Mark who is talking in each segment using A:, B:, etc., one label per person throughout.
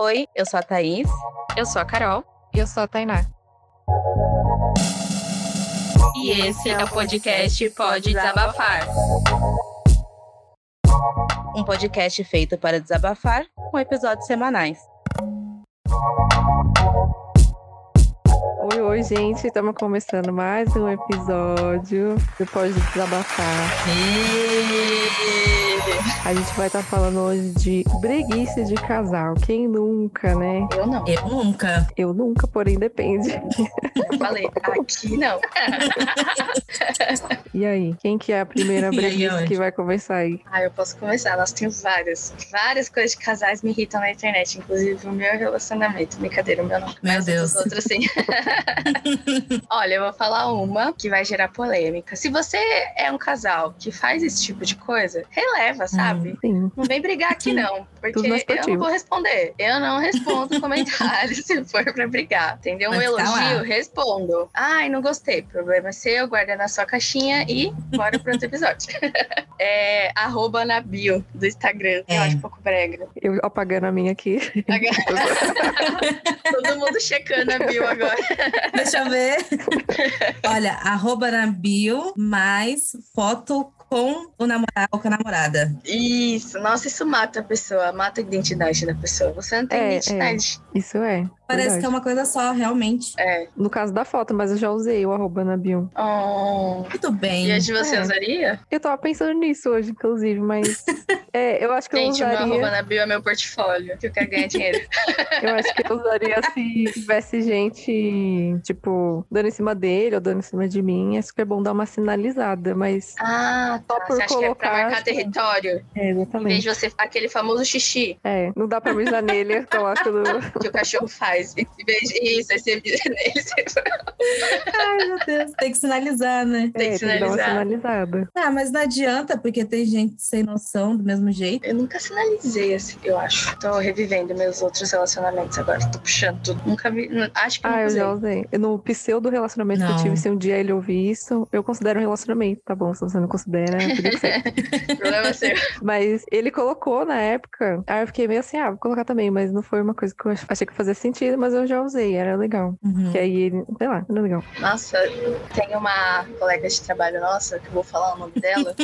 A: Oi, eu sou a Thaís.
B: Eu sou a Carol.
C: Eu sou a Tainá.
B: E esse é o podcast Pode Desabafar.
A: Um podcast feito para desabafar com episódios semanais.
C: Oi, oi, gente. Estamos começando mais um episódio do Pode Desabafar. A gente vai estar falando hoje de breguice de casal. Quem nunca, né?
B: Eu não.
A: Eu nunca.
C: Eu nunca, porém depende.
B: Falei, aqui não.
C: E aí, quem que é a primeira
A: E aí,
C: breguice
A: onde?
C: que vai conversar aí?
B: Ah, eu posso começar. Nós temos várias. Várias coisas de casais me irritam na internet, inclusive o meu relacionamento. Brincadeira, o meu não.
A: Meu Deus.
B: As outras sim. Olha, eu vou falar um. uma que vai gerar polêmica. Se você é um casal que faz esse tipo de coisa, releva, sabe?
A: Hum.
C: Sim.
B: Não vem brigar aqui, não, porque
C: Tudo no
B: eu não
C: esportivo.
B: vou responder. Eu não respondo comentários se for pra brigar, entendeu? Um
A: Mas tá lá.
B: elogio, respondo. Ai, não gostei. Problema seu, guarda na sua caixinha e bora pro outro episódio. é, arroba na bio do Instagram, que
A: É.
B: eu acho um pouco brega.
C: Eu apagando a minha aqui.
B: Todo mundo checando a bio agora.
A: Deixa eu ver. Olha, arroba na bio, mais foto com o namorado ou com a namorada.
B: Isso, nossa, isso mata a pessoa, mata a identidade da pessoa. Você não tem
C: É, é.
B: identidade.
C: Isso é.
D: Parece
C: verdade.
D: que é uma coisa só, realmente.
B: É.
C: No caso da foto, mas eu já usei o arroba na bio.
B: Oh.
D: Muito
B: E a
D: bem.
B: de você
C: É.
B: usaria?
C: Eu tava pensando nisso hoje, inclusive, mas... é, eu acho que eu
B: Gente, meu
C: usaria...
B: arroba na bio é meu portfólio, que eu quero ganhar dinheiro.
C: Eu acho que eu usaria assim, se tivesse gente, tipo, dando em cima dele ou dando em cima de mim. Acho que é bom dar uma sinalizada, mas.
B: Ah,
C: Só
B: tá.
C: por
B: Você acha que é pra
C: colocar,
B: marcar
C: acho que-
B: território?
C: É,
B: Em vez
C: exatamente.
B: de você aquele famoso xixi
C: É, não dá pra mijar nele, eu coloco no.
B: que o cachorro faz. Em vez disso, aí você vira nele, você
D: Ai, meu Deus, tem que sinalizar, né?
B: tem
C: é, dar
B: que
C: uma
B: sinalizar.
C: sinalizada.
D: Ah, mas não adianta, porque tem gente sem noção do mesmo jeito.
B: Eu nunca sinalizei assim, eu acho. Tô revivendo meus outros relacionamentos agora. Tô puxando tudo. Nunca vi. n- Acho que
C: Ah,
B: nunca
C: eu
B: usei.
C: já usei. No pseudo relacionamento que eu
D: Não.
C: tive, se um dia ele ouvir isso, eu considero um relacionamento, tá bom? Se você não considera, tudo que você.
B: Problema é seu.
C: Mas ele colocou na época. Aí eu fiquei meio assim, ah, vou colocar também, mas não foi uma coisa que eu ach- achei que fazia sentido, mas eu já usei, era legal.
D: Uhum.
C: Que aí ele, sei lá, era legal.
B: Nossa, tem uma colega de trabalho nossa, que eu vou falar o nome dela,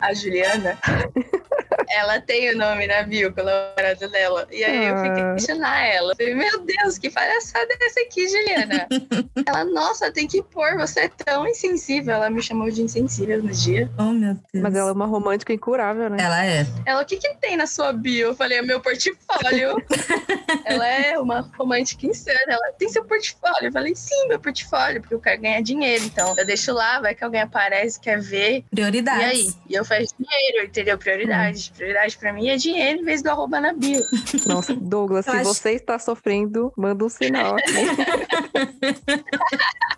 B: a Juliana. Ela tem o nome na bio, colaborada dela. E aí eu fiquei
C: Ah.
B: questionar ela. Falei, meu Deus, que palhaçada é essa aqui, Juliana? ela, nossa, tem que pôr, você é tão insensível. Ela me chamou de insensível no dia.
D: Oh, meu Deus.
C: Mas ela é uma romântica incurável, né?
D: Ela é.
B: Ela, o que que tem na sua bio? Eu falei, é meu portfólio. ela é uma romântica insana. Ela tem seu portfólio. Eu falei, sim, meu portfólio, porque eu quero ganhar dinheiro. Então, eu deixo lá, vai que alguém aparece, quer ver.
D: Prioridades.
B: E aí? E eu faço dinheiro, entendeu? Prioridade.
D: Hum.
B: Prioridade pra mim é dinheiro em vez do arroba na bio.
C: Nossa, Douglas,
D: Eu
C: se
D: acho-
C: você está sofrendo, manda um sinal aqui.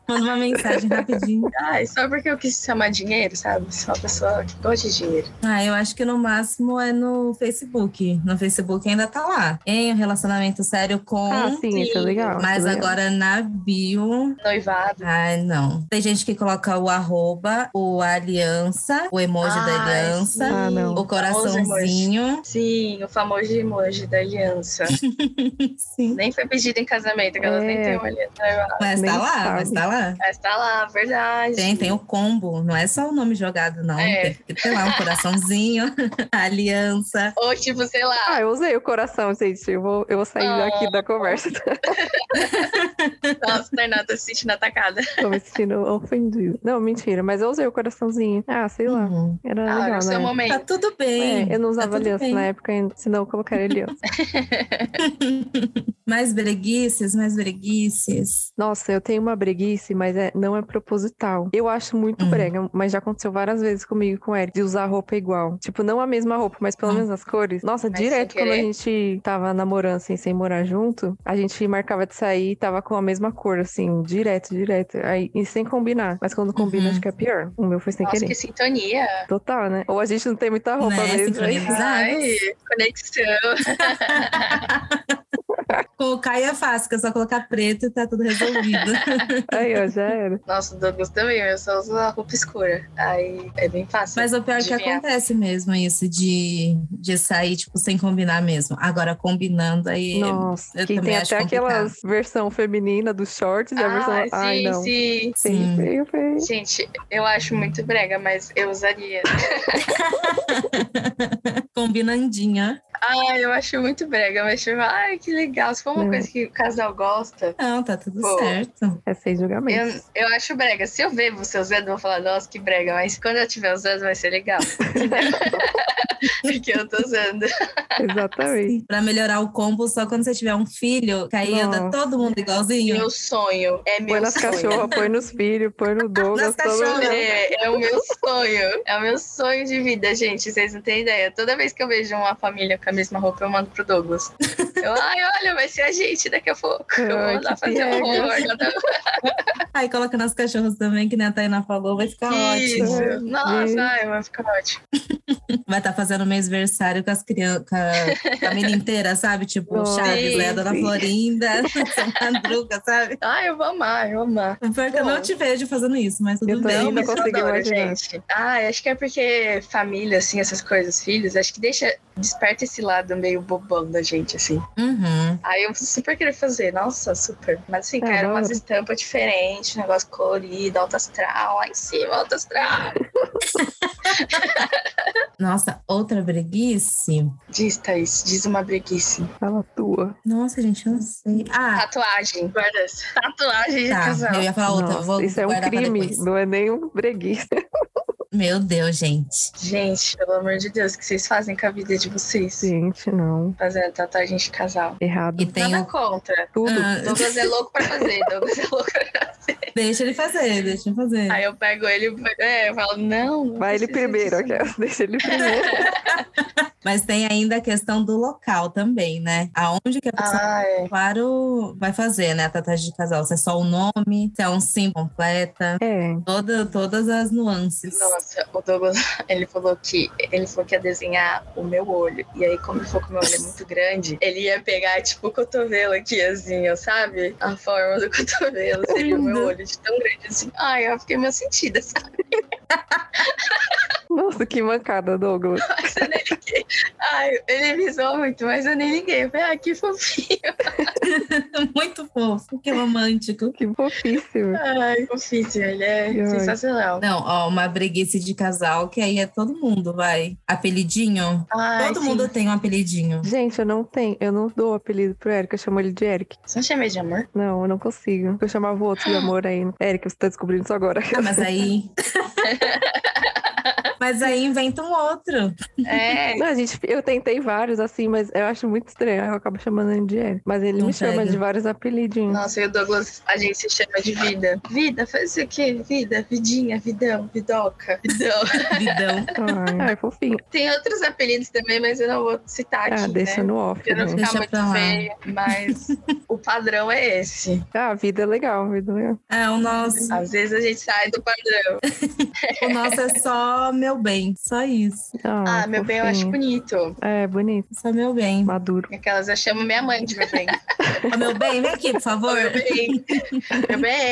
D: Manda uma mensagem rapidinho.
B: Ai, Ah, é só porque eu quis chamar dinheiro, sabe? Sou uma pessoa que gosta de dinheiro.
D: Ah, eu acho que no máximo é no Facebook. No Facebook ainda tá lá. Em um relacionamento sério com.
C: Ah, sim, isso é legal. isso é
D: Mas
C: legal.
D: agora na bio.
B: Noivado.
D: Ai, não. Tem gente que coloca o arroba, o aliança, o emoji da
B: Ai,
D: aliança.
C: Ah, não.
D: O coraçãozinho.
B: Sim, o famoso emoji da aliança.
D: Sim.
B: nem foi pedido em casamento, que elas nem
C: É.
B: tem uma aliança. noivado.
D: Mas
C: Nem
D: tá lá,
C: sabe.
D: mas tá lá.
B: Mas tá lá, verdade.
D: Tem, tem o combo, não é só o nome jogado, não.
B: É.
D: Tem que ter lá um coraçãozinho, a aliança.
B: Ou tipo, sei lá,
C: Ah, eu usei o coração, gente. Eu vou, eu vou sair
B: Ah.
C: daqui da conversa.
B: Nossa, Tainá tá se sentindo atacada.
C: Tô me sentindo ofendido. Não, mentira, mas eu usei o coraçãozinho. Ah, sei lá.
D: Uhum.
C: Era
B: Ah, no
C: legal,
B: seu
C: né?
D: Tá
B: momento.
D: tudo bem.
C: É, eu não usava
D: tá tudo
C: aliança
D: bem.
C: na época ainda, senão eu colocaria aliança.
D: Mais breguices, mais breguices.
C: Nossa, eu tenho uma breguice, mas é- não é proposital. Eu acho muito
D: Hum.
C: brega, mas já aconteceu várias vezes comigo e com o Eric, de usar roupa igual. Tipo, não a mesma roupa, mas pelo
D: Hum.
C: menos as cores. Nossa,
B: Mas sem
C: direto quando a
B: querer.
C: gente tava namorando, assim, sem morar junto, a gente marcava de sair e tava com a mesma cor, assim, direto, direto. Aí, e sem combinar. Mas quando combina,
D: Uhum.
C: acho que é pior. O meu foi sem
B: Nossa,
C: querer.
B: que sintonia.
C: Total, né? Ou a gente não tem muita roupa
D: Né?
C: mesmo. aí-
D: Sincronizado.
B: Ai, conexão.
A: Com o Caio é fácil, que é só colocar preto e tá tudo resolvido.
C: Aí, ó, já era.
B: Nossa, o Douglas também, eu só uso a roupa escura. Aí é bem fácil.
A: Mas o pior é que
B: adivinhar.
A: acontece mesmo isso de, de sair, tipo, sem combinar mesmo. Agora, combinando, aí
C: Nossa,
A: eu
C: que
A: também
C: tem
A: acho
C: até aquelas versão feminina dos shorts e a versão.
B: Ah,
C: Ai,
B: sim,
C: não.
B: sim.
A: Sim.
C: Sim, feio, feio.
B: Gente, eu acho muito brega, mas eu usaria.
A: combinandinha.
B: Ah, eu acho muito brega, mas tipo, ai, que legal. Se for uma
C: Não.
B: coisa que o casal gosta,
A: Não, tá tudo
B: Pô.
A: certo.
C: É sem julgamento.
B: eu, eu acho brega. Se eu ver você usando, eu vou falar, nossa, que brega, mas quando eu estiver usando, vai ser legal. Porque eu tô usando.
C: Exatamente.
A: Pra melhorar o combo, só quando você tiver um filho, que aí anda
C: Nossa.
A: todo mundo igualzinho.
B: Meu sonho é
C: Põe
B: meu
C: nas
B: sonho. tá
C: cachorras, põe nos filhos, põe no Douglas.
A: Nas
C: todo mundo.
A: cachorras.
B: É, é o meu sonho. É o meu sonho de vida, gente. Vocês não têm ideia. Toda vez que eu vejo uma família com a mesma roupa, eu mando pro Douglas. Eu, ai, olha, vai ser a gente daqui a pouco. Eu
C: Ai,
B: vou lá
C: que
B: fazer um
C: piegas.
B: homework. eu tô-
A: Aí coloca nas cachorros também, que nem a Tainá falou, vai
C: Tá
A: ficar ótimo.
B: Isso. Nossa,
C: Gente.
B: ai, vai ficar ótimo.
A: Vai estar fazendo mêsversário com as crianças, com a família inteira, sabe? Tipo,
C: Nossa,
A: Chaves, Léa, Dona
C: sim.
A: Florinda, São Madruga, sabe?
B: Ai, eu vou amar, eu vou amar.
A: O pior que eu não te vejo fazendo isso, mas tudo
C: Eu também
A: bem.
C: não
B: mas eu
C: consigo
B: adoro,
C: imaginar.
B: gente. Ah, acho que é porque família, assim, essas coisas, filhos, acho que deixa, desperta esse lado meio bobão da gente, assim.
A: Uhum.
B: Aí eu super queria fazer, nossa, super. Mas assim,
C: Ah,
B: cara,
C: da
B: umas
C: hora.
B: estampas diferentes, um negócio colorido, alto astral, lá em cima, alto astral.
A: Nossa, outra breguice?
B: Diz, Thaís, diz uma breguice.
C: Fala tua.
A: Nossa, gente, eu não sei. Ah,
B: Tatuagem, guarda essa. Tatuagem de
A: tá.
B: casal.
A: Eu ia falar outra.
C: Nossa,
A: vou
C: isso é um
A: guardar pra
C: crime,
A: depois.
C: não é nem um breguice.
A: Meu Deus, gente.
B: Gente, pelo amor de Deus, o que vocês fazem com a vida de vocês?
C: Gente, não.
B: Fazendo tatuagem de casal.
C: Errado.
A: E tem
B: Nada
A: o...
B: contra.
C: Tudo.
A: Ah,
B: Douglas é louco pra fazer, Douglas é louco.
A: deixa ele fazer, deixa ele fazer.
B: Aí eu pego ele, é, eu falo, não. não
C: Vai ele
B: precisa
C: primeiro,
B: disso,
C: aquelas. Deixa ele primeiro.
A: Mas tem ainda a questão do local também, né? Aonde que a pessoa
B: Ah, é.
A: claro, vai fazer, né? A tatuagem de casal. Se é só o nome, se é um sim completa,
C: É.
A: toda, todas as nuances.
B: Nossa, o Douglas, ele falou que ele falou que ia desenhar o meu olho. E aí, como ele falou que o meu olho é muito grande, ele ia pegar, tipo, o cotovelo aqui, assim, ó, sabe? A forma do cotovelo seria o meu
A: Lindo.
B: olho de tão grande assim. Ai, eu fiquei meio sentida, sabe?
C: Nossa, que mancada, Douglas.
B: Mas eu nem liguei. Ai, ele avisou muito, mas eu nem liguei. Eu falei, ah, que fofinho.
A: Muito fofo, que romântico.
C: Que fofíssimo.
B: Ai, fofinho, ele é
C: Ai.
B: sensacional.
A: Não, ó, uma breguice de casal, que aí é todo mundo, vai. Apelidinho?
B: Ai,
A: todo
B: sim.
A: mundo tem um apelidinho.
C: Gente, eu não tenho, eu não dou apelido pro Eric, eu chamo ele de Eric.
B: Você não chamei de amor?
C: Não, eu não consigo. Eu chamava o outro de amor aí. Eric, você tá descobrindo isso agora.
A: Ah, mas aí. mas aí inventa um outro.
B: É.
C: Não, a gente, eu tentei vários assim, mas eu acho muito estranho. Aí Eu acabo chamando ele de Eric. Mas ele
A: Não
C: me chama
A: pega.
C: de vários apelidinhos.
B: Nossa, e o Douglas, a gente se chama de vida. Vida, faz o quê? Vida, vidinha, vidão, vidoca, vidão.
A: Vidão.
C: Ai, é fofinho.
B: Tem outros apelidos também, mas eu não vou citar
C: Ah,
B: aqui,
C: deixa
B: né?
C: no off.
B: Pra não
C: né?
B: ficar
A: Deixa pra
B: muito
A: lá.
B: feia, mas o padrão é esse.
C: Ah, a vida é legal, a vida é legal.
A: É, o nosso,
B: Às vezes a gente sai do padrão.
A: o nosso é só meu bem. Só isso.
B: Ah, meu bem, eu acho
C: fofinho.
B: bonito.
C: É, bonito,
A: Só meu bem.
C: maduro.
B: Aquelas eu chamo minha mãe de meu bem.
A: Ó, meu bem, vem aqui, por
B: Ô,
A: favor.
B: meu bem. Meu bem.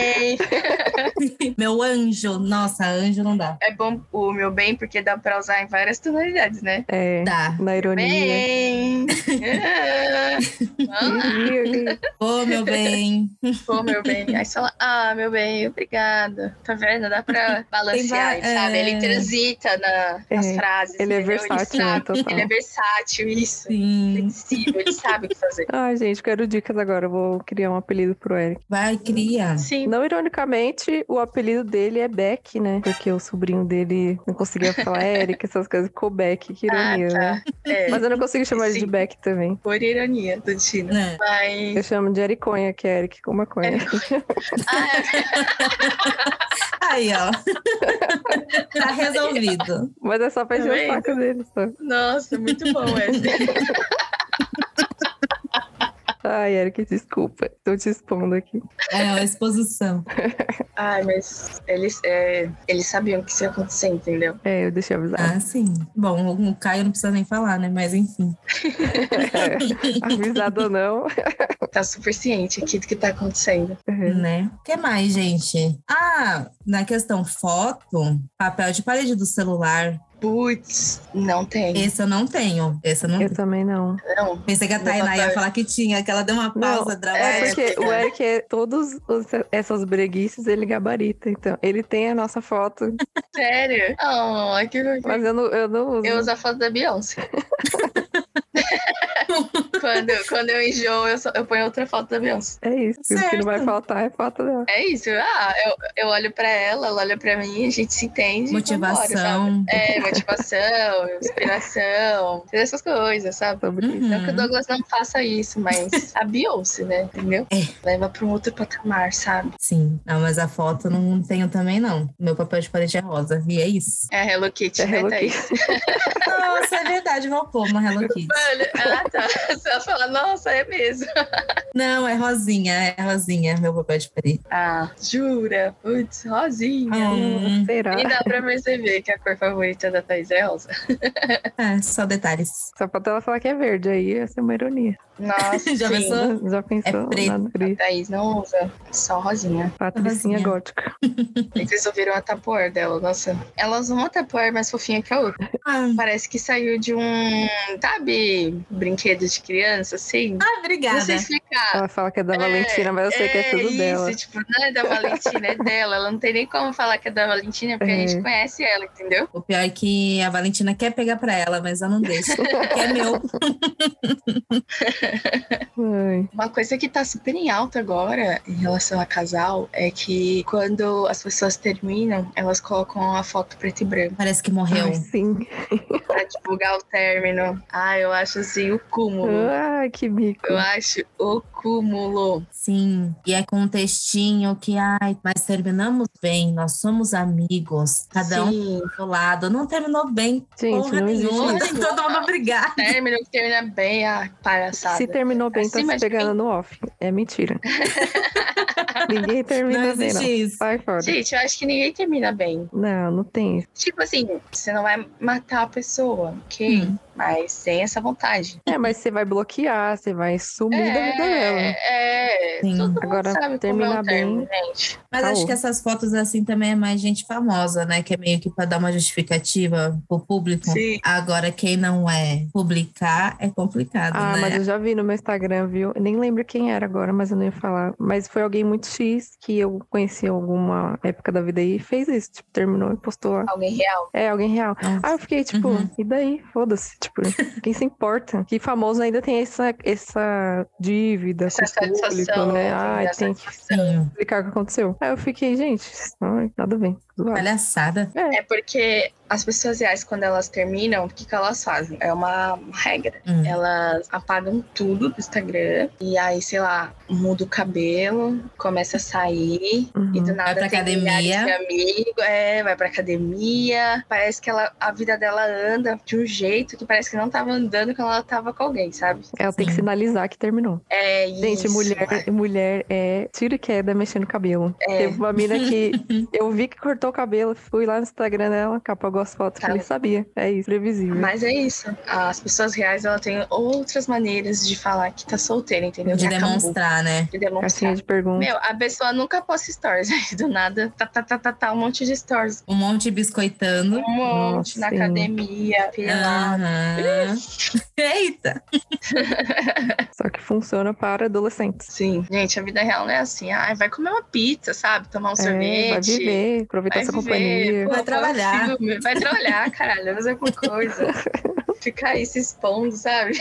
A: Meu anjo. Nossa, anjo não dá.
B: É bom o meu bem porque dá pra usar em várias tonalidades, né?
C: É,
A: Dá.
C: na ironia.
B: Bem. Ah,
C: Ih,
A: Ô, meu bem.
B: Pô, meu bem. Aí você fala, ah, meu bem, obrigada. Tá vendo? Dá pra balancear,
A: Tem va-
B: sabe?
A: é.
B: Ele transita na- nas
C: É.
B: frases.
C: Ele é
B: entendeu?
C: versátil,
B: Ele
C: né?
B: sabe,
C: Total.
B: ele é versátil, isso.
A: Sim.
B: Flexível, ele sabe o que fazer.
C: Ai, gente, quero dicas agora. Eu vou criar um apelido pro Eric.
A: Vai, cria.
B: Sim.
C: Não ironicamente, o apelido dele é Beck, né? Porque o sobrinho dele não conseguia falar Eric, essas coisas. Ficou Beck, que
B: Ah,
C: ironia, né?
B: tá. É,
C: Mas eu não consigo chamar ele de
B: Sim.
C: Beck também.
B: por ironia do Dino.
A: Né?
C: Eu
B: Mas.
C: chamo de Ericonha, que é Eric com maconha.
B: Ah, é,
A: Aí, ó. tá resolvido.
C: Mas é só pra
B: Tá
C: encher o
B: vendo?
C: saco dele, só.
B: nossa, muito bom essa.
C: Ai, Eric, desculpa. Tô te expondo aqui.
A: É, uma exposição.
B: Ai, mas eles, é, eles sabiam que isso ia acontecer, entendeu?
C: É, eu deixei avisado.
A: Ah, sim. Bom, o Caio não precisa nem falar, né? Mas enfim.
C: avisado ou não.
B: Tá super ciente aqui do que tá acontecendo.
A: né? O que mais, gente? Ah, na questão foto, papel de parede do celular.
B: Putz, não tem.
A: Esse eu não tenho. Esse eu não
C: Eu também não.
B: Não.
A: Pensei que a
B: Não,
A: Tainá ia
B: papel.
A: falar que tinha, que ela deu uma pausa
C: É
A: dramática.
C: porque o Eric é todas essas breguices, ele gabarita. Então, ele tem a nossa foto,
B: Sério? Ah, que
C: mas eu não, eu não uso.
B: Eu uso a foto da Beyoncé. quando, quando eu enjoo, eu, só- eu ponho outra foto da Beyoncé.
C: É isso. O que
A: Certo.
C: não vai faltar é foto dela.
B: É isso. Ah, eu, eu olho pra ela, ela olha pra mim, a gente se entende. e vambora, sabe?
A: Motivação.
B: é, motivação, inspiração, todas essas coisas, sabe?
C: Sobre isso.
B: Não que o
A: Uhum.
B: Douglas não faça isso, mas a Beyoncé, né? Entendeu?
A: É.
B: Leva pra um outro patamar, sabe?
A: Sim. Não, mas a foto eu não tenho também, não. Meu papel de parede é rosa. E é isso.
B: É a Hello Kitty,
C: É
B: né,
C: Hello
B: Thaís?
A: Nossa, é verdade. Vou pôr uma Hello Kitty.
B: Mano, ah, tá. Você vai falar, nossa, é mesmo.
A: Não, é rosinha. É rosinha, meu papel de parede.
B: Ah, jura? Putz, rosinha.
A: Hum,
C: Será?
B: E dá pra perceber que a cor favorita da Thaís é rosa.
A: é, só detalhes.
C: Só falta ela falar que é verde, aí essa é uma ironia.
B: Nossa,
A: Já
B: sim.
A: pensou?
C: Já pensou?
A: preto.
C: Nada preto.
B: Thaís não usa, só rosinha.
C: Patricinha
A: Rosinha.
C: gótica.
B: E vocês ouviram a tapoer dela, nossa. Ela usa uma tapoer mais fofinha que a outra.
A: Ah,
B: Parece que saiu de um, sabe, brinquedo de criança, assim.
A: Ah,
B: não
A: obrigada.
B: sei explicar.
C: Ela fala que é da
B: É,
C: Valentina, mas eu sei que é tudo
B: isso,
C: dela.
B: tipo, não é da Valentina, é dela. Ela não tem nem como falar que é da Valentina, porque a gente
C: É.
B: conhece ela, entendeu?
A: O pior é que a Valentina quer pegar pra ela, mas ela não deixa. Porque é meu.
C: Ai,
B: Uma coisa que tá super em alta agora em relação a casal é que quando as pessoas terminam, elas colocam a foto preto e branco
A: Parece que morreu.
C: ai, sim.
B: pra divulgar o término. Ah, eu acho assim o cúmulo.
C: Ai, que bico.
B: Eu acho o cúmulo.
A: Sim. E é com um textinho que, ai, mas terminamos bem, nós somos amigos, cada um
B: Sim,
A: do lado. Não terminou bem,
C: Gente,
A: porra
C: não existe
A: nenhuma.
B: isso.
A: Tem Então todo mundo brigar.
B: término que termina bem a palhaçada.
C: Se terminou bem, tá
B: Acima
C: se
B: de
C: pegando no off. É mentira. Ninguém
A: Não
C: termina bem,
A: existe
C: não.
A: isso.
C: Sai fora.
B: Gente, eu acho que ninguém termina bem.
C: Não, não tem isso.
B: Tipo assim, você não vai matar a pessoa, ok?
A: Hum.
B: Mas tem essa vontade.
C: É, mas você vai bloquear, você vai sumir da vida dela.
B: É, é
A: Sim.
B: todo mundo
C: Agora,
B: sabe como é
C: terminar
B: o
C: bem-
B: término, gente.
A: Mas acho
C: Caô.
A: que essas fotos assim também é mais gente famosa, né? Que é meio que pra dar uma justificativa pro público.
C: é.
B: Sim.
A: Agora, quem não é publicar é complicado,
C: Ah,
A: né?
C: mas eu já vi no meu Instagram, viu? Eu nem lembro quem era agora, mas eu não ia falar. Mas foi alguém muito X que eu conheci em alguma época da vida aí e fez isso. Tipo, terminou e postou lá.
B: Alguém real.
C: É, alguém real.
A: Nossa.
C: Aí eu fiquei tipo,
A: Uhum.
C: e daí? Foda-se. Tipo, quem se importa? Que famoso ainda tem essa, essa dívida
B: Essa
C: com o público,
B: satisfação.
C: né? Ai,
B: essa
C: tem que
B: satisfação.
A: Sim,
C: explicar o que aconteceu. Aí eu fiquei, gente, ai, nada bem. zoado.
A: palhaçada.
B: É porque as pessoas reais, quando elas terminam, o que, que elas fazem? É uma regra.
A: Hum.
B: Elas apagam tudo do Instagram. E aí, sei lá, muda o cabelo, começa a sair.
C: Uhum.
B: E do nada
A: Hum, pra
B: tem
A: academia.
B: milhares de amigo, é, vai pra academia. Parece que ela, a vida dela anda de um jeito que parece que não tava andando quando ela tava com alguém, sabe?
C: Ela tem que
A: Sim.
C: sinalizar que terminou.
B: É
C: Gente,
B: assim, isso.
C: mulher, mulher é tiro e queda mexendo o cabelo.
B: É.
C: Teve uma mina que eu vi que cortou o cabelo, fui lá no Instagram dela, capagou as fotos,
B: Tá.
C: falei, sabia. É isso, previsível.
B: Mas é isso. As pessoas reais, ela tem outras maneiras de falar que tá solteira, entendeu?
A: De
B: Que acabou.
A: demonstrar, né?
B: De
C: Caixinha
B: demonstrar.
C: de perguntas.
B: Meu, a pessoa nunca posta stories. Aí do nada, tá, tá, tá, tá, tá, um monte de stories.
A: Um monte biscoitando.
B: Um monte na
C: sim.
B: academia, pelado.
A: Aham. Eita!
B: né?
C: Só que funciona para adolescentes.
B: Sim. Gente, a vida real não é assim. Ai, vai comer uma pizza, sabe? Tomar um
C: É,
B: sorvete.
C: vai viver, aproveitar
B: vai
C: essa
B: viver,
C: companhia.
B: pô,
A: Vai
B: põe um
A: trabalhar.
B: filme, vai trabalhar, caralho. Vai fazer alguma coisa. Ficar aí se expondo, sabe?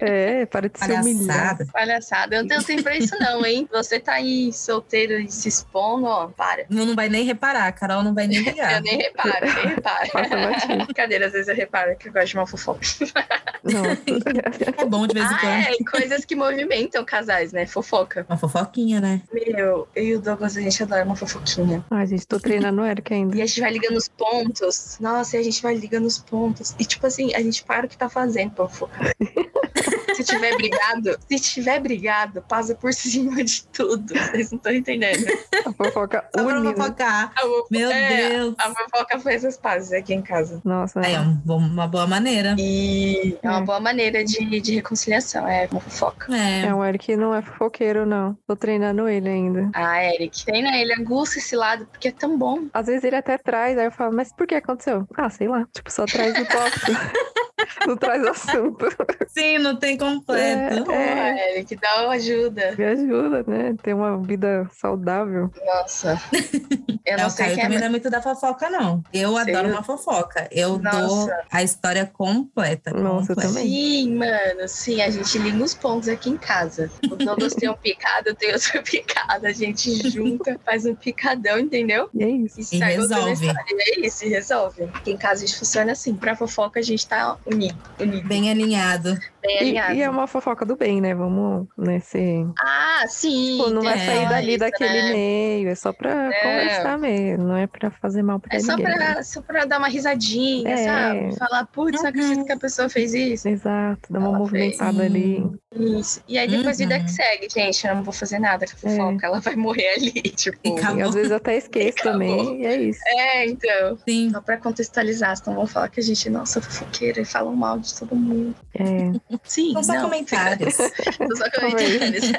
C: É, para de se humilhar.
A: Palhaçada.
B: Palhaçada. Eu não tenho tempo pra isso, não, hein? Você tá aí solteiro e se expondo, ó, para.
A: Não, não vai nem reparar, a Carol não vai nem
B: Eu
A: ligar.
B: nem reparo, nem reparo.
C: Passa batido.
B: Brincadeira, às vezes eu reparo que eu gosto de uma fofoca.
C: Nossa.
A: É bom de vez em
B: Ah,
A: quando.
B: é, coisas que movimentam casais, né? Fofoca.
A: Uma fofoquinha, né?
B: Meu, eu e o Douglas, a gente adora uma fofoquinha.
C: Ai, gente, tô treinando o Eric ainda.
B: E a gente vai ligando os pontos. Nossa, e a gente vai ligando os pontos. E tipo assim, a gente para o que tá fazendo pra fofocar. Você tiver brigado, se tiver brigado, passa por cima de tudo. Vocês não estão entendendo.
C: A fofoca
A: Só pra
C: unida.
A: fofocar.
B: A fofo-
A: Meu
B: é,
A: Deus.
B: A fofoca fez as pazes aqui em casa.
C: Nossa,
A: É
C: né?
A: um bom- uma boa maneira.
B: E é uma
C: É.
B: boa maneira de, de reconciliação, é uma fofoca.
A: É.
C: é o Eric não é fofoqueiro, não. Tô treinando ele ainda.
B: Ah, Eric, treina ele, aguça esse lado, porque é tão bom.
C: Às vezes ele até traz, aí eu falo, mas por que aconteceu? Ah, sei lá. Tipo, só traz o tópico. não traz o assunto.
A: Sim, não tem completo.
B: Pô,
C: É.
B: Eric, dá uma ajuda.
C: Me ajuda, né? Ter uma vida saudável.
B: Nossa. Eu
A: É,
B: não
A: o
B: sei
A: Caio
B: quem é.
A: também não é muito da fofoca, não. Eu
B: Sei.
A: adoro uma fofoca. Eu dou
B: Nossa.
A: a história completa.
C: Nossa, eu
A: completa.
C: também.
B: Sim, mano, sim, a gente liga os pontos aqui em casa. O Douglas tem um picado, eu tenho outro picado. A gente junta, faz um picadão, entendeu?
C: E é isso.
A: E
B: sai outra
A: resolve.
B: história. É isso, e resolve. Aqui em casa a gente funciona assim. Pra fofoca a gente tá unido, unido
A: Bem alinhado.
B: bem
C: E,
B: alinhado.
C: e é uma fofoca do bem, né? Vamos, né? ser-
B: Ah, sim.
C: Pô, não vai
A: é,
B: tem
C: sair
B: só
C: dali
B: isso,
C: daquele
B: né?
C: meio. É só pra
B: É.
C: conversar mesmo. Não é pra fazer mal pra
B: É só
C: ninguém.
B: pra, só pra dar uma risadinha,
C: É. Uhum.
B: sabe? Falar, putz, não acredito que a pessoa fez isso.
C: Exato, dá uma
B: Ela
C: movimentada
A: fez.
C: ali.
B: Isso. E aí depois
A: Uhum.
B: vida que segue, gente. Eu não vou fazer nada com a fofoca. Ela vai morrer ali, tipo.
A: E acabou.
C: É. E às vezes eu até esqueço
B: Acabou.
C: também. E é isso.
B: É, então.
A: Sim.
B: Só pra contextualizar, senão vão falar que a gente é nossa fofoqueira e falam mal de todo mundo.
C: É,
B: Sim,
A: São só
B: não,
A: comentários.
B: são só comentários.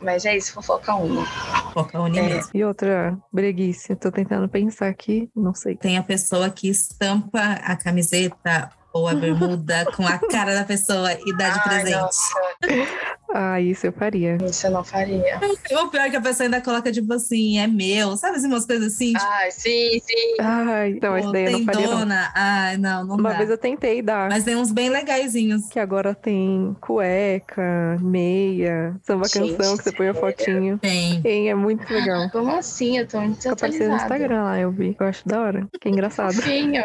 B: Mas é isso, fofoca uma.
A: fofoca une
B: É.
A: mesmo.
C: E outra breguice. Tô tentando pensar aqui, não sei.
A: Tem a pessoa que estampa a camiseta ou a bermuda com a cara da pessoa e dá Tá de
B: Ai,
A: presente.
B: nossa,
C: Ah, isso eu faria.
B: isso eu não faria.
A: O pior é que a pessoa ainda coloca, tipo assim, é meu. Sabe assim, umas coisas assim? Tipo,
B: Ai, sim, sim.
C: Ai, Ah, não, isso
A: pô,
C: daí eu não
A: tem
C: faria, não.
A: dona. Ai, não, não
C: Uma
A: dá.
C: vez eu tentei dar.
A: Mas tem uns bem legaisinhos.
C: Que agora tem cueca, meia, samba
B: Gente,
C: canção, que você põe a
B: sério?
C: fotinho.
A: Tem.
C: Sim, é muito legal.
B: Como assim? Eu tô muito
C: Fica aparecendo no
B: desatualizada.
C: Instagram lá, eu vi. Eu acho da hora. Que é engraçado.
B: Fofinho.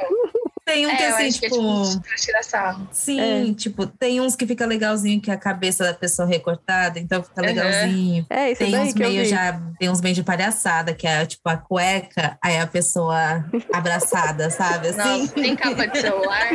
A: Tem um que
B: É, eu
A: assim,
B: acho que é tipo
A: tipo.
B: pra tirar sarro.
C: É.
A: Sim, tipo, tem uns que fica legalzinho, que é a cabeça da pessoa recortada, então fica
B: Uhum.
A: legalzinho.
C: É, isso
A: Tem
C: daí
A: uns
C: que eu
A: meio
C: vi.
A: já, tem uns meio de palhaçada, que é tipo a cueca, aí a pessoa abraçada, sabe? Assim.
B: Nossa, tem capa de celular.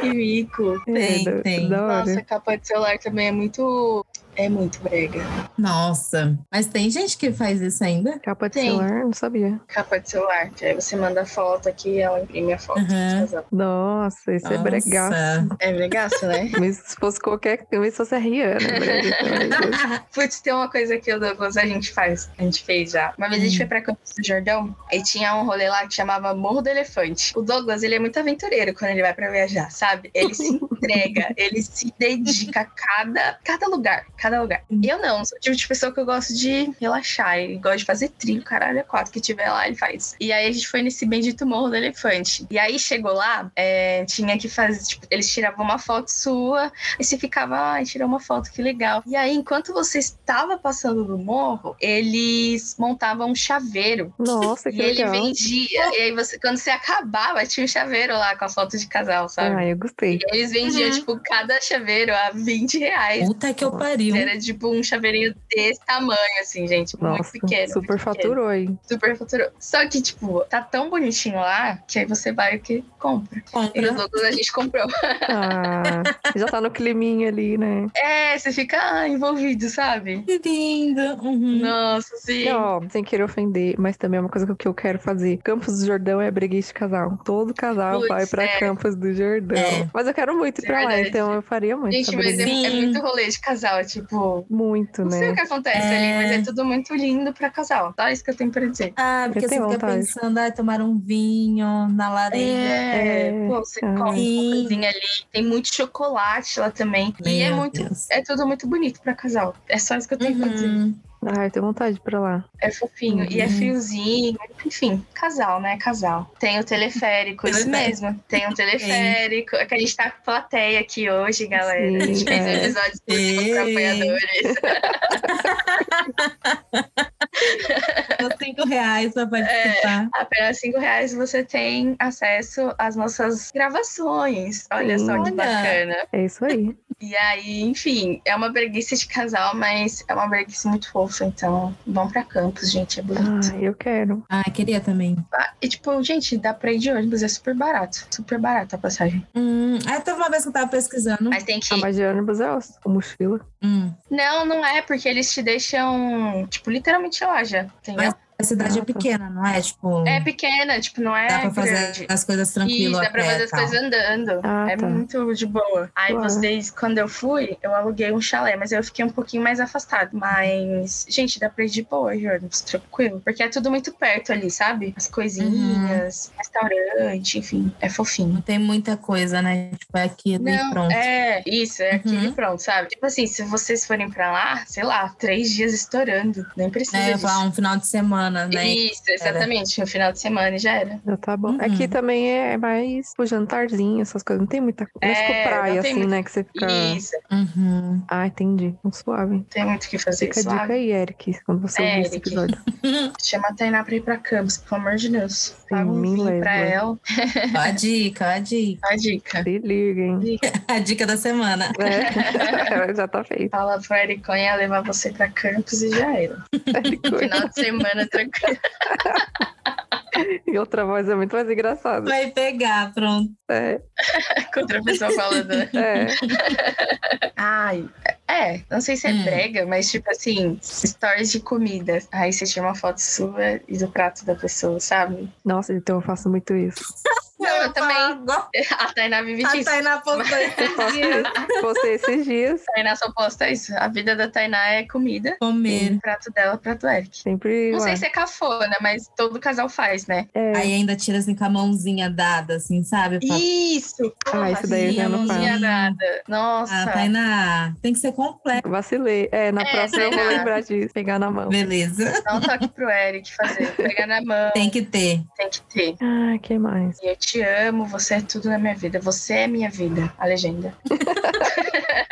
B: que mico.
C: É,
A: Tem,
C: da,
A: tem.
C: da hora.
B: Nossa, capa de celular também é muito. É muito brega.
A: Nossa. Mas tem gente que faz isso ainda?
C: Capa de
B: Tem.
C: celular, não sabia.
B: Capa de celular. Que aí você manda a foto aqui e ela imprime a foto.
A: Aham.
C: Nossa, isso é bregaço.
A: Nossa.
B: É bregaço, né?
C: Mas se fosse qualquer. Mas se fosse a Rihanna, brega, pelo amor de Deus.
B: Putz, tem uma coisa que o Douglas a gente faz, a gente fez já. Uma vez a gente foi pra Campos do Jordão e tinha um rolê lá que chamava Morro do Elefante. O Douglas, ele é muito aventureiro quando ele vai pra viajar, sabe? Ele se entrega, ele se dedica a cada, cada lugar, cada lugar. Eu não, sou o tipo de pessoa que eu gosto de relaxar e gosto de fazer trio, caralho, é quatro que tiver lá ele faz. E aí a gente foi nesse bendito Morro do Elefante. E aí chegou lá, é, tinha que fazer, tipo, eles tiravam uma foto sua e você ficava, ai, tirou uma foto, que legal. E aí, enquanto você estava passando do morro, eles montavam um chaveiro.
C: Nossa, que
B: E ele
C: legal.
B: vendia. E aí, você, quando você acabava, tinha um chaveiro lá com a foto de casal, sabe?
C: Ah, eu gostei.
B: E eles vendiam,
A: Uhum.
B: tipo, cada chaveiro a 20
C: Uhum.
B: reais.
A: Puta que eu pariu.
B: Era tipo um chaveirinho desse tamanho, assim, gente.
C: Nossa,
B: muito pequeno.
C: super
B: muito pequeno.
C: faturou, hein?
B: Super faturou. Só que, tipo, tá tão bonitinho lá que aí você vai o que compra. E os
C: Uhum.
A: Compra.
B: outros a gente comprou.
C: Ah, já tá no climinho ali, né?
B: É, você fica ah, envolvido, sabe?
A: Que lindo. Uhum.
B: Nossa, sim.
C: E, ó, sem querer ofender, mas também é uma coisa que eu quero fazer. Campos do Jordão é breguice de casal. Todo casal
B: Putz,
C: vai pra
B: é.
C: Campos do Jordão.
A: É.
C: Mas eu quero muito ir
B: É
C: pra lá,
B: verdade.
C: então eu faria muito.
B: Gente,
C: essa
B: mas é,
C: breguice.
B: é
A: Sim.
B: muito rolê de casal, é tipo.
C: Muito,
B: Não sei
C: né?
B: o que acontece
A: É.
B: ali, mas é tudo muito lindo pra casal. Só isso que eu tenho pra dizer.
A: Ah, porque
C: Eu
A: você
C: tenho
A: fica
C: vontade.
A: pensando, ai, tomar um vinho na lareira.
B: É,
C: É.
B: pô, você
C: Ah.
B: come
A: Sim.
B: uma coisinha ali. Tem muito chocolate lá também. e é
A: Meu
B: muito.
A: Deus.
B: É tudo muito bonito pra casal. É só isso que eu tenho pra dizer.
A: Uhum.
C: Ah, eu tenho vontade de ir pra lá.
B: É fofinho. E é
A: Uhum.
B: friozinho. Enfim, casal, né? Casal. Tem o teleférico, isso
A: Teleférico.
B: mesmo. Tem um teleférico. É que a gente tá com plateia aqui hoje, galera. a
A: É.
B: gente
C: Sim,
B: fez um
C: é.
B: episódio exclusivo
A: Ei.
B: pra apoiadores.
A: Só cinco reais para participar.
B: É, apenas cinco reais você tem acesso às nossas gravações. Olha só que
A: Olha.
B: bacana.
C: É isso aí.
B: E aí, enfim, é uma preguiça de casal, mas é uma preguiça muito fofa. Então, vão pra campus, gente. É bonito.
C: Ah, eu quero.
A: Ah, queria também.
B: Ah, E tipo, gente, dá pra ir de ônibus, é super barato. Super barato a passagem. Ah,
A: Hum, aí teve uma vez que eu tava pesquisando.
B: Mas tem que.
C: A mais de ônibus é osso. A mochila.
A: Hum,
B: Não, não é, porque eles te deixam, tipo, literalmente loja. Entendeu?
A: a cidade
C: Ah,
A: é
C: tá.
A: pequena, não é? Tipo,
B: É pequena, tipo, não é
A: dá pra fazer
B: grande.
A: as coisas tranquilo.
B: Isso,
A: a
B: dá pra
A: pé tá.
B: fazer
A: e
B: as
A: tal.
B: coisas andando.
C: Ah,
B: é
C: tá.
B: muito de boa. Aí
C: Claro.
B: vocês, quando eu fui, eu aluguei um chalé, mas eu fiquei um pouquinho mais afastado. Mas, gente, dá pra ir de boa, Jornals, tranquilo. Porque é tudo muito perto ali, sabe? As
C: Uhum.
B: coisinhas, restaurante, enfim, é fofinho.
A: Não tem muita coisa, né? Tipo, é aquilo e
B: Não,
A: pronto.
B: É, isso, é aquilo
A: Uhum.
B: e pronto, sabe? Tipo assim, se vocês forem pra lá, sei lá, três dias estourando. Nem precisa
C: É,
A: né?
B: disso.
A: Falar um final de semana, né?
B: Isso, exatamente. No final de semana já era.
C: Já tá bom.
A: Uhum.
C: Aqui também é mais pro jantarzinho, essas coisas. Não tem muita coisa.
B: É,
C: Não é tipo praia,
B: não tem
C: assim,
B: muito-
C: né? Que você fica.
B: Isso,
A: Uhum.
C: Ah, entendi. Então, suave.
B: tem muito o que fazer.
C: Fica a
B: suave.
C: dica aí, Eric, quando você
B: É,
C: ouvir esse
B: Eric.
C: episódio.
B: Chama a Tainá pra ir pra Campos, pelo amor de Deus. Paga um
C: me
B: vinho
C: leva.
B: pra ela.
A: Ó a dica, ó a dica.
B: A dica.
C: Se liga, hein?
A: A dica da semana.
C: É. Já tá feito.
B: Fala pro Ericonha levar você pra Campos e já era. Final de semana tranquilo.
C: E outra voz é muito mais engraçada.
A: Vai pegar, pronto.
C: É,
B: Com outra pessoa falando. né?
C: é.
B: Ai, é. Não sei se é
A: Hum.
B: brega, mas tipo assim, stories de comida. Aí você tira uma foto sua e do prato da pessoa, sabe?
C: Nossa, então eu faço muito isso.
B: Não, eu também.
A: Agora,
B: A Tainá vive
A: a
B: disso. A
A: Tainá postou esses dias.
C: Postei esses dias,
B: Tainá só posta isso. A vida da Tainá é comida.
A: Comer.
B: O prato dela, prato do Eric.
C: sempre.
B: Não
C: lá.
B: sei se é cafona, mas todo casal faz, né?
C: É,
A: Aí ainda tira assim com a mãozinha dada, assim, sabe? Pra-
B: Isso!
C: Tá. Ah, isso daí eu já não
A: mãozinha
B: tinha
C: faço.
B: nada. Nossa.
A: Ah, Tainá, tem que ser completo.
C: Vacilei. É, na
B: É,
C: próxima eu vou
B: será?
C: lembrar disso, pegar na mão.
A: Beleza.
B: Dá um toque pro Eric fazer. Pegar na mão,
A: Tem que ter.
B: tem que ter.
C: Ah, que mais?
B: Eu te amo, você é tudo na minha vida. Você é minha vida. A legenda.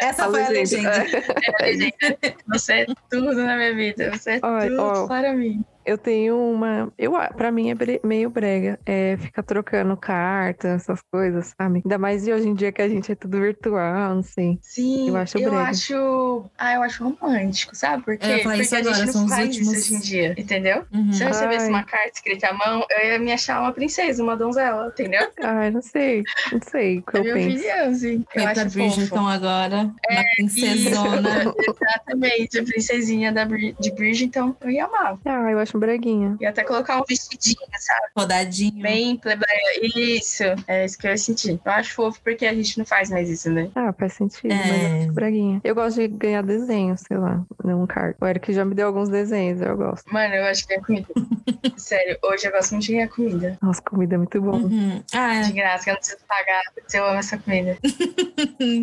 A: Essa foi a
C: Fala, gente.
A: legenda.
C: É,
B: A legenda. Você é tudo na minha vida. Você é
C: Ó,
B: tudo
C: ó.
B: para mim.
C: eu tenho uma. Eu, pra mim é bre- meio brega. É ficar trocando carta, essas coisas, sabe? Ainda mais de hoje em dia que a gente é tudo virtual, não sei.
B: Sim,
C: Eu acho brega.
B: acho- Ah, eu acho romântico, sabe? Por quê?
A: Eu ia falar
B: Porque
A: isso
B: a gente
A: agora,
B: não
A: são os
B: faz
A: últimos-
B: isso hoje em dia, entendeu?
A: Uhum.
B: Se eu recebesse
C: Ai.
B: uma carta escrita à mão, eu ia me achar uma princesa, uma donzela, entendeu?
C: Ai, não sei. Não sei o que
B: É
C: eu
B: minha
C: penso.
B: opinião, assim. Eu
A: Foi pra
B: acho fofo.
A: Bridgerton agora. Uma princesona.
B: Exatamente, a princesinha da Bri- de Bridge, então eu ia amar.
C: Ah, eu acho um breguinha.
B: Ia até colocar um vestidinho, sabe?
A: Rodadinho.
B: Bem plebeia. Isso, é isso que eu ia sentir. Eu acho fofo porque a gente não faz mais isso, né?
C: Ah, faz sentido, mas eu
A: É.
C: acho braguinha. Eu gosto de ganhar desenho, sei lá, não carta. O Eric já me deu alguns desenhos, eu gosto.
B: Mano, eu acho que ganha comida. Sério, hoje eu gosto muito de ganhar comida.
C: Nossa, comida é muito bom.
A: Uhum. Ah,
B: De graça, que eu não preciso pagar, porque eu amo essa comida.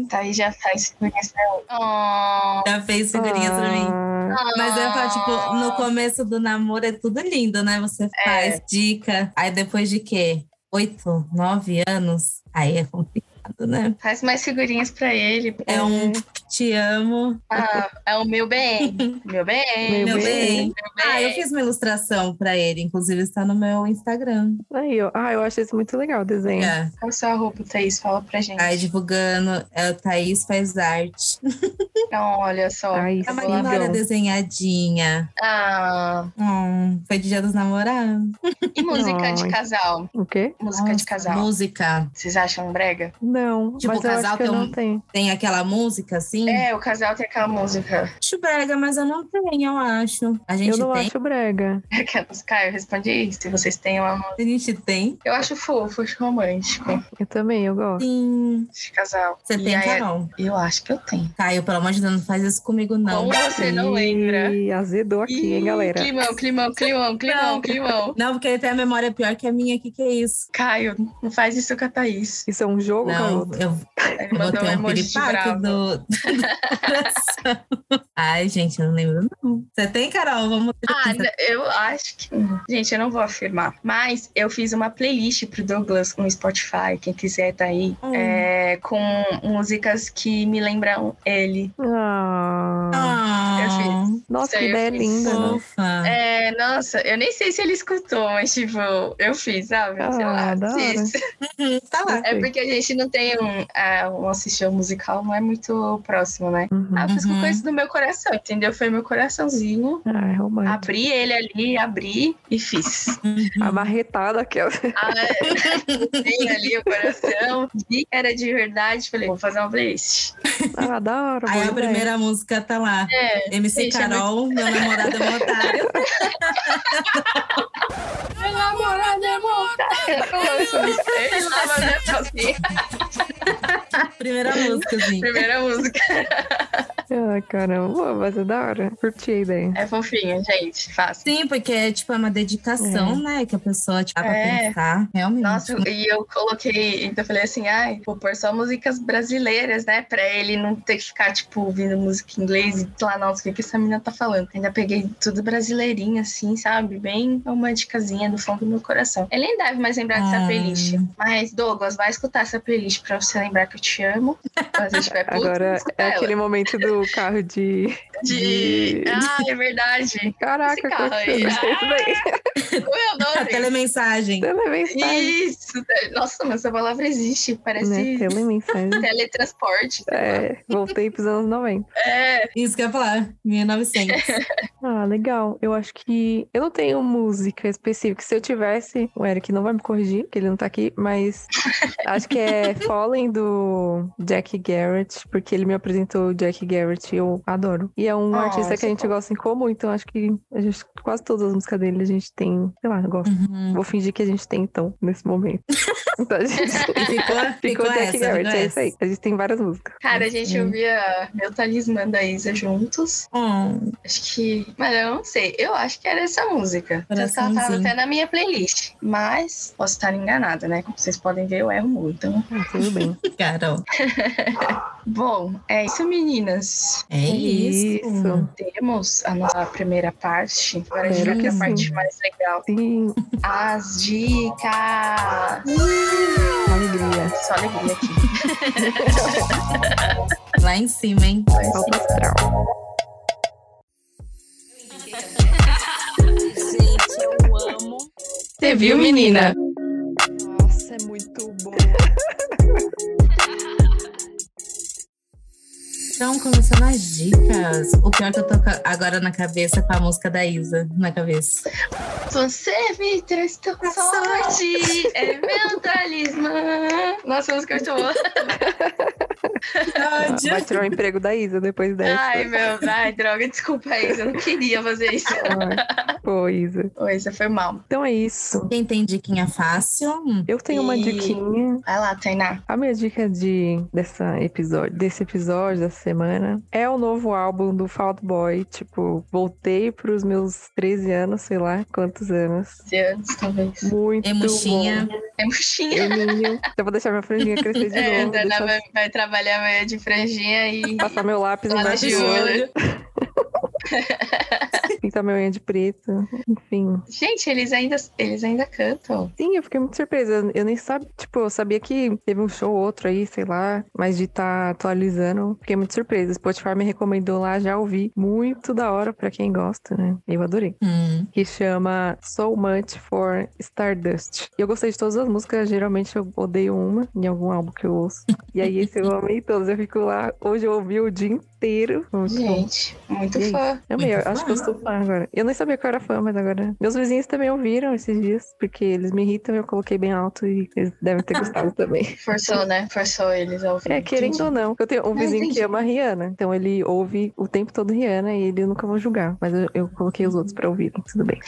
B: tá aí já faz figurinhas pra mim. Oh,
A: já fez figurinhas pra mim.
C: Ah,
A: Mas eu ia falar, tipo, no começo do namoro é tudo lindo, né? Você faz dica. Aí depois de quê? Oito, nove anos? Aí é complicado, né?
B: Oh, Faz mais figurinhas pra ele.
A: É um te amo.
B: Ah, é o meu bem. Meu bem.
C: Meu
A: Meu bem.
C: bem.
A: Ah,
B: É.
A: eu fiz uma ilustração pra ele, inclusive está no meu Instagram.
C: Aí, ó. Ah, eu acho isso muito legal, o desenho.
A: É.
B: Qual a sua roupa, Thaís? Fala pra gente.
A: Aí divulgando, é o Thaís faz arte.
B: Então, olha só.
C: Ai,
A: A
B: Vou
C: sim,
B: lá ver.
A: Magnólia
C: bom.
A: desenhadinha.
B: Ah,
A: Hum, foi de dia dos namorados.
B: e música de
C: Ai.
B: casal?
C: O quê?
B: Música de
A: Nossa,
B: casal.
A: Música.
B: Vocês acham brega?
C: Não,
A: Tipo,
C: mas eu
A: casal
C: acho que eu
A: tem um-
C: não tenho.
A: Tem aquela música, assim?
B: É, o casal tem aquela música.
A: Acho brega, mas eu não tenho, eu acho. A gente
C: Eu não
A: tem?
C: acho brega.
B: Aquela música, Ah, eu respondi se vocês têm uma música.
A: A gente tem?
B: Eu acho fofo, acho romântico
C: Eu também, eu gosto.
A: Sim.
B: de casal.
A: Você
B: E
A: tem,
B: aí, é-
A: Carol?
B: Eu acho que eu tenho.
A: Caio, pelo amor de Deus, não faz isso comigo, não.
B: Como você não lembra?
C: E azedou aqui, hein,
B: Ih,
C: galera?
B: Climão, climão, climão, climão,
A: Não.
B: climão.
A: Não, porque ele tem a memória pior que a minha, que que é isso?
B: Caio, não faz isso com a Thaís.
C: Isso é um jogo,
A: Não,
C: garoto?
A: eu
B: Ele
A: Eu vou
B: mandou
A: ter
B: um
A: um
B: emoji de
A: piripaque
B: bravo.
A: do, do coração. Ai, gente, eu não lembro não. Você tem, Carol? Vamos
B: Ah, n- eu acho que. Gente, eu não vou afirmar. Mas eu fiz uma playlist pro Douglas no Spotify, quem quiser tá aí.
A: Hum.
B: é, com músicas que me lembram ele.
C: Ah,
A: Ah,
B: Eu
C: Nossa, que ideia linda. né?
A: Fofa.
B: É, nossa, eu nem sei se ele escutou, mas tipo, eu fiz, sabe? sei lá,
C: Ah, da hora.
B: fiz.
A: Hum, tá lá.
B: É porque a gente não tem um. ah, o nosso estilo musical não é muito próximo, né?
C: Uhum.
B: Ah, eu fiz com
A: Uhum.
B: coisa do meu coração, entendeu? Foi meu coraçãozinho.
C: Ah, é romântico.
B: Abri ele ali, abri e fiz.
C: A marretada que
B: Ah, é. Tem ali o coração, vi que era de verdade, falei, vou fazer uma playlist.
C: Ah, da hora.
A: Aí
C: boa
A: a
C: ideia.
A: primeira música tá lá.
B: É,
A: MC
B: Gente, é
A: Carol, meu namorado é um otário.
B: ela falou isso, ele tava né, assim,
A: Primeira música, assim.
B: primeira música.
C: Ah, caramba, Pô, mas é da hora. Curti a ideia.
B: É fofinho, gente, fácil.
A: Sim, porque tipo, é uma dedicação, né? Que a pessoa tipo, dá pra
B: É.
A: pensar. Realmente.
B: Nossa, e eu coloquei, então eu falei assim, ai, vou pôr só músicas brasileiras, né? Pra ele não ter que ficar, tipo, ouvindo música em inglês e falar, nossa, o que, que essa menina tá falando? Ainda peguei tudo brasileirinho, assim, sabe? Bem românticazinha no fundo do meu coração. Ele nem deve mais lembrar dessa
A: Ah.
B: playlist. Mas, Douglas, vai escutar essa playlist pra você lembrar que eu te amo. Mas a gente vai puto,
C: Agora
B: escuta
C: é
B: ela.
C: aquele momento do carro de.
B: De...
C: de-
B: Ah, é verdade.
C: Caraca,
B: carro
C: qual que é?
B: aí.
C: eu isso é
B: Como é o
A: A
B: nome?
A: telemensagem.
C: Telemensagem.
B: Isso. né? Nossa, mas essa palavra existe.
C: Né?
B: Parece
C: Telemensagem.
B: teletransporte. sei lá.
C: É, voltei pros anos 90.
B: É,
A: Isso que eu ia falar. 1900.
C: Ah, legal. Eu acho que eu não tenho música específica. Se eu tivesse, o Eric não vai me corrigir, que ele não tá aqui, mas acho que é Fallen do Jack Garrett, porque ele me apresentou o Jack Garrett e eu adoro. E é um
B: Ah,
C: artista que
B: esse
C: a
B: é
C: gente
B: fofo.
C: gosta em comum, então acho que a gente, quase todas as músicas dele a gente tem, sei lá, gosta.
A: Uhum.
C: Vou fingir que a gente tem, então, nesse momento. Então a gente
A: E ficou, ficou,
C: ficou Jack
A: essa. né? ficou
C: Garrett, é isso
A: essa.
C: aí. A gente tem várias músicas.
B: cara, a gente
A: Hum.
B: ouvia meu talismã da Isa juntos.
A: Hum,
B: Acho que. Mas eu não sei. Eu acho que era essa música. Tanto que ela tava
A: Coraçãozinho.
B: até na minha playlist. Mas posso estar enganada, né? Como vocês podem ver, eu erro muito. Então...
C: Ah, tudo bem.
A: Carol.
B: Bom, é isso, meninas.
A: É isso.
C: Isso.
B: Temos a nossa primeira parte. Agora a gente
C: Espero que
B: vai pra
C: sim.
B: parte mais legal.
C: Sim,
B: As dicas.
C: alegria.
B: Só alegria aqui.
A: Lá em cima, hein?
C: Alto astral.
D: Gente, eu amo.
B: Você viu, menina?
C: Nossa, é muito bom.
A: Então, começando as dicas. O pior é que eu tô ca- agora na cabeça é com a música da Isa na cabeça.
B: Você me traz tão sorte, é meu talismã. Nossa, a música é muito boa.
C: Ah, Vai tirar o emprego da Isa depois dessa.
B: Ai, meu, ai, droga, desculpa, Isa, eu não queria fazer isso.
C: Ai, Pô, Isa.
B: Ô, Isa, foi mal.
C: Então é isso.
A: Quem tem diquinha fácil? hum,
C: Eu tenho uma
B: E-
C: diquinha.
B: Vai lá, Tainá.
C: A minha dica de, dessa episódio, desse episódio, dessa semana, é o novo álbum do Fault Boy. Tipo, voltei pros meus 13 anos, sei lá quantos anos.
B: 12 anos, talvez.
C: Muito
A: Emuxinha.
C: bom.
B: É murchinha.
C: Eminho. Eu vou deixar minha franjinha crescer de
B: É, a
C: novo. Tá,
B: Tainá
C: deixar-
B: vai, vai trabalhar amanhã de franjinha e
C: Passar meu lápis
A: tá
B: Lá
C: embaixo
B: de
C: do
B: olho.
C: olho, pintar meu unha de preto. Enfim.
B: Gente, eles ainda, eles ainda cantam.
C: Sim, eu fiquei muito surpresa. Eu nem sabia, tipo, eu sabia que teve um show ou outro aí, sei lá, mas de estar atualizando, fiquei muito surpresa. Spotify me recomendou lá, já ouvi. Muito da hora pra quem gosta, né? Eu adorei.
A: Hum,
C: Que chama So Much for Stardust. E Eu gostei de todas as músicas, geralmente eu odeio uma em algum álbum que eu ouço. E aí esse eu amei todas. Eu fico lá, hoje eu ouvi o dia inteiro. Então, tipo,
B: Gente, muito
C: E aí?
B: fã.
C: eu amei, eu
A: Muito
C: acho que eu
A: fã.
C: sou fã agora. Eu nem sabia que eu era fã, mas agora. Meus vizinhos também ouviram esses dias, porque eles me irritam, eu coloquei bem alto e eles devem ter gostado também.
B: Forçou, né? Forçou eles a ouvir.
C: É, querendo ou não. Eu tenho um vizinho que
B: entendi.
C: ama a Rihanna, então ele ouve o tempo todo Rihanna e ele eu nunca vou julgar, mas eu, eu coloquei os outros pra ouvirem, tudo bem.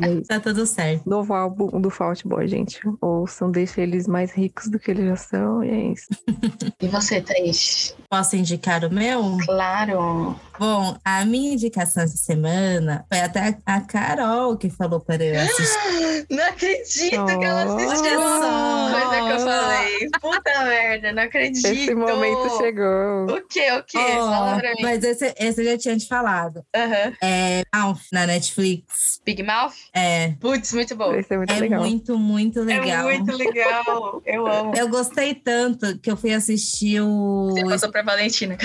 C: E é isso.
A: tá tudo certo.
C: Novo álbum do Fault Boy, gente. Ouçam, deixa eles mais ricos do que eles já são, e é isso.
B: E você, Thaís?
A: Posso indicar o meu?
B: Claro.
A: Bom, a minha indicação essa semana foi até a Carol que falou para eu assistir.
B: Não acredito que ela assistiu
A: Olha só.
B: coisa que eu falei. Puta merda, não acredito.
C: Esse momento chegou.
B: O que, o que?
A: Ó,
B: Ah, Fala pra mim.
A: mas esse, esse eu já tinha te falado.
B: Aham.
A: É Alf na Netflix.
B: Big Mouth?
A: É,
B: Putz, muito bom.
C: Esse é muito
A: é
C: legal.
A: muito, muito legal.
B: É muito legal. Eu amo.
A: Eu gostei tanto que eu fui assistir o
B: Você passou pra Valentina.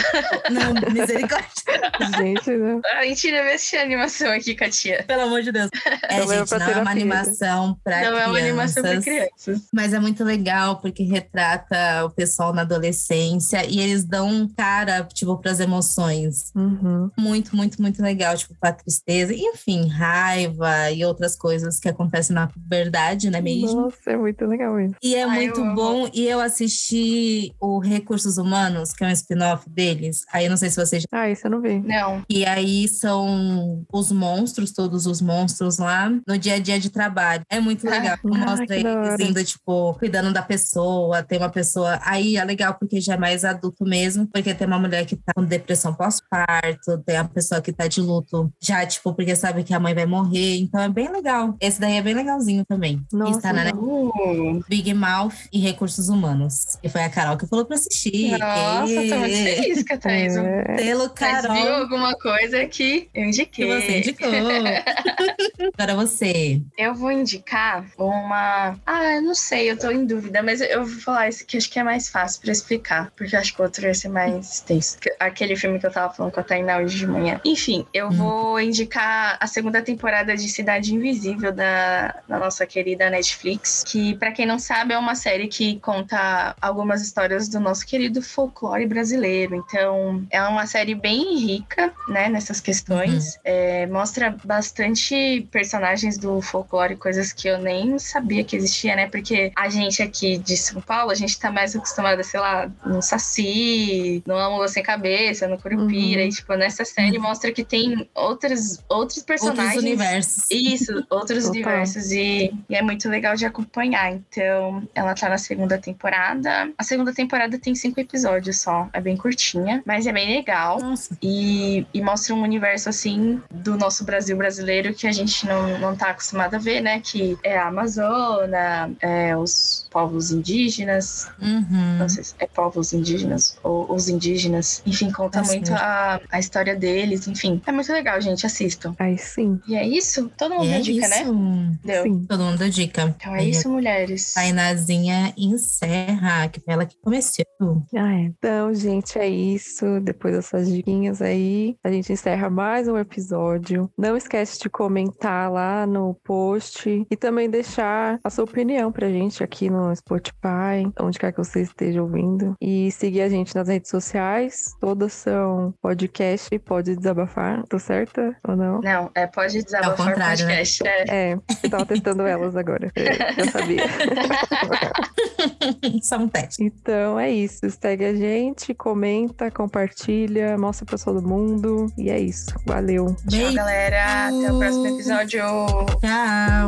A: Não, misericórdia.
C: Gente, né?
B: Valentina, vê essa animação aqui, Katia.
A: Pelo amor de Deus. É,
C: Não é
A: gente,
C: pra
A: não é uma
C: terapia.
A: animação pra
B: Não
A: crianças.
B: é uma animação pra crianças.
A: Mas é muito legal porque retrata o pessoal na adolescência e eles dão cara, tipo, pras emoções.
C: Uhum.
A: Muito, muito, muito legal, tipo, pra tristeza, enfim, raiva e outras coisas que acontecem na puberdade, né, mesmo?
C: Nossa, é muito legal isso.
A: E é
B: Ah,
A: muito
B: eu amo.
A: bom. E eu assisti o Recursos Humanos, que é um spin-off deles. Aí eu não sei se vocês. já-
C: Ah, isso eu não vi.
B: Não.
A: E aí são os monstros, todos os monstros lá, no dia a dia de trabalho. É muito
B: Ah,
A: legal.
C: ah, que
A: Mostra
C: da hora.
A: eles indo, tipo, cuidando da pessoa. Tem uma pessoa. Aí é legal porque já é mais adulto mesmo. Porque tem uma mulher que tá com depressão pós-parto, tem a pessoa que tá de luto já, tipo, porque sabe que a mãe vai morrer. Então é bem legal. Esse daí é bem legalzinho também.
C: Nossa,
A: Está na
B: Uh,
A: Big Mouth e Recursos Humanos. E foi a Carol que falou pra assistir.
B: nossa, tô muito
A: Ê,
B: feliz, Catarina.
C: É,
A: Pelo
B: Mas viu
A: Carol
B: alguma coisa que eu
A: que
B: indiquei.
A: você indicou. É. Agora você.
B: Eu vou indicar uma. Ah, eu não sei, eu tô em dúvida, mas eu vou falar esse que acho que é mais fácil pra explicar, porque eu acho que o outro ia ser mais tenso. Que- Aquele filme que eu tava falando com a Tainá hoje de manhã. Enfim, eu
A: Hum.
B: vou indicar a segunda temporada de Cidade Invisível da, da nossa querida Netflix, que pra quem não sabe é uma série que conta algumas histórias do nosso querido folclore brasileiro. Então, é uma série bem rica, né, nessas questões. É, mostra bastante personagens do folclore, coisas que eu nem sabia que existia, né? Porque a gente aqui de São Paulo, a gente tá mais acostumada, sei lá, no Saci, no Amula Sem Cabeça, no Curupira.
C: Uhum.
B: E, tipo, nessa série mostra que tem outras, outros personagens.
A: Outros universos.
B: Isso, outros
C: Total.
B: universos. E, e é muito legal de acompanhar. Então, ela tá na segunda temporada. A segunda temporada tem cinco episódios só. É bem curtinha, mas é bem legal.
A: Nossa,
B: E, e mostra um universo assim do nosso Brasil brasileiro que a gente não, não tá acostumado a ver, né? Que é a Amazônia, é os povos indígenas,
A: uhum.
B: não sei se é povos indígenas ou os indígenas. Enfim, conta
A: Ah, sim.
B: muito a, a história deles. Enfim, é muito legal, gente. Assistam.
C: aí sim.
B: E é isso? Todo mundo
A: E é
B: deu dica, né?
A: isso.
B: Deu.
C: Sim.
A: Todo mundo deu dica.
B: Então é isso, mulheres.
A: Tainazinha encerra, que foi ela que começou.
C: Ah, é. Então, gente, é isso. Depois dessas diquinhas aí, a gente encerra mais um episódio. Não esquece de comentar lá no post e também deixar a sua opinião pra gente aqui no Spotify, onde quer que você esteja ouvindo. E seguir a gente nas redes sociais. Todas são podcast e pode desabafar. Tô certa ou não?
B: Não, é, pode
A: É o
B: desabafar o
A: contrário, né?
B: podcast. É.
C: É, eu tava testando elas agora. É, Eu sabia.
A: Só um teste.
C: Então é isso. Segue a gente, comenta, compartilha, mostra pra todo mundo. E é isso. Valeu.
B: Tchau,
A: Beijo.
B: galera. Até o próximo episódio.
A: Tchau.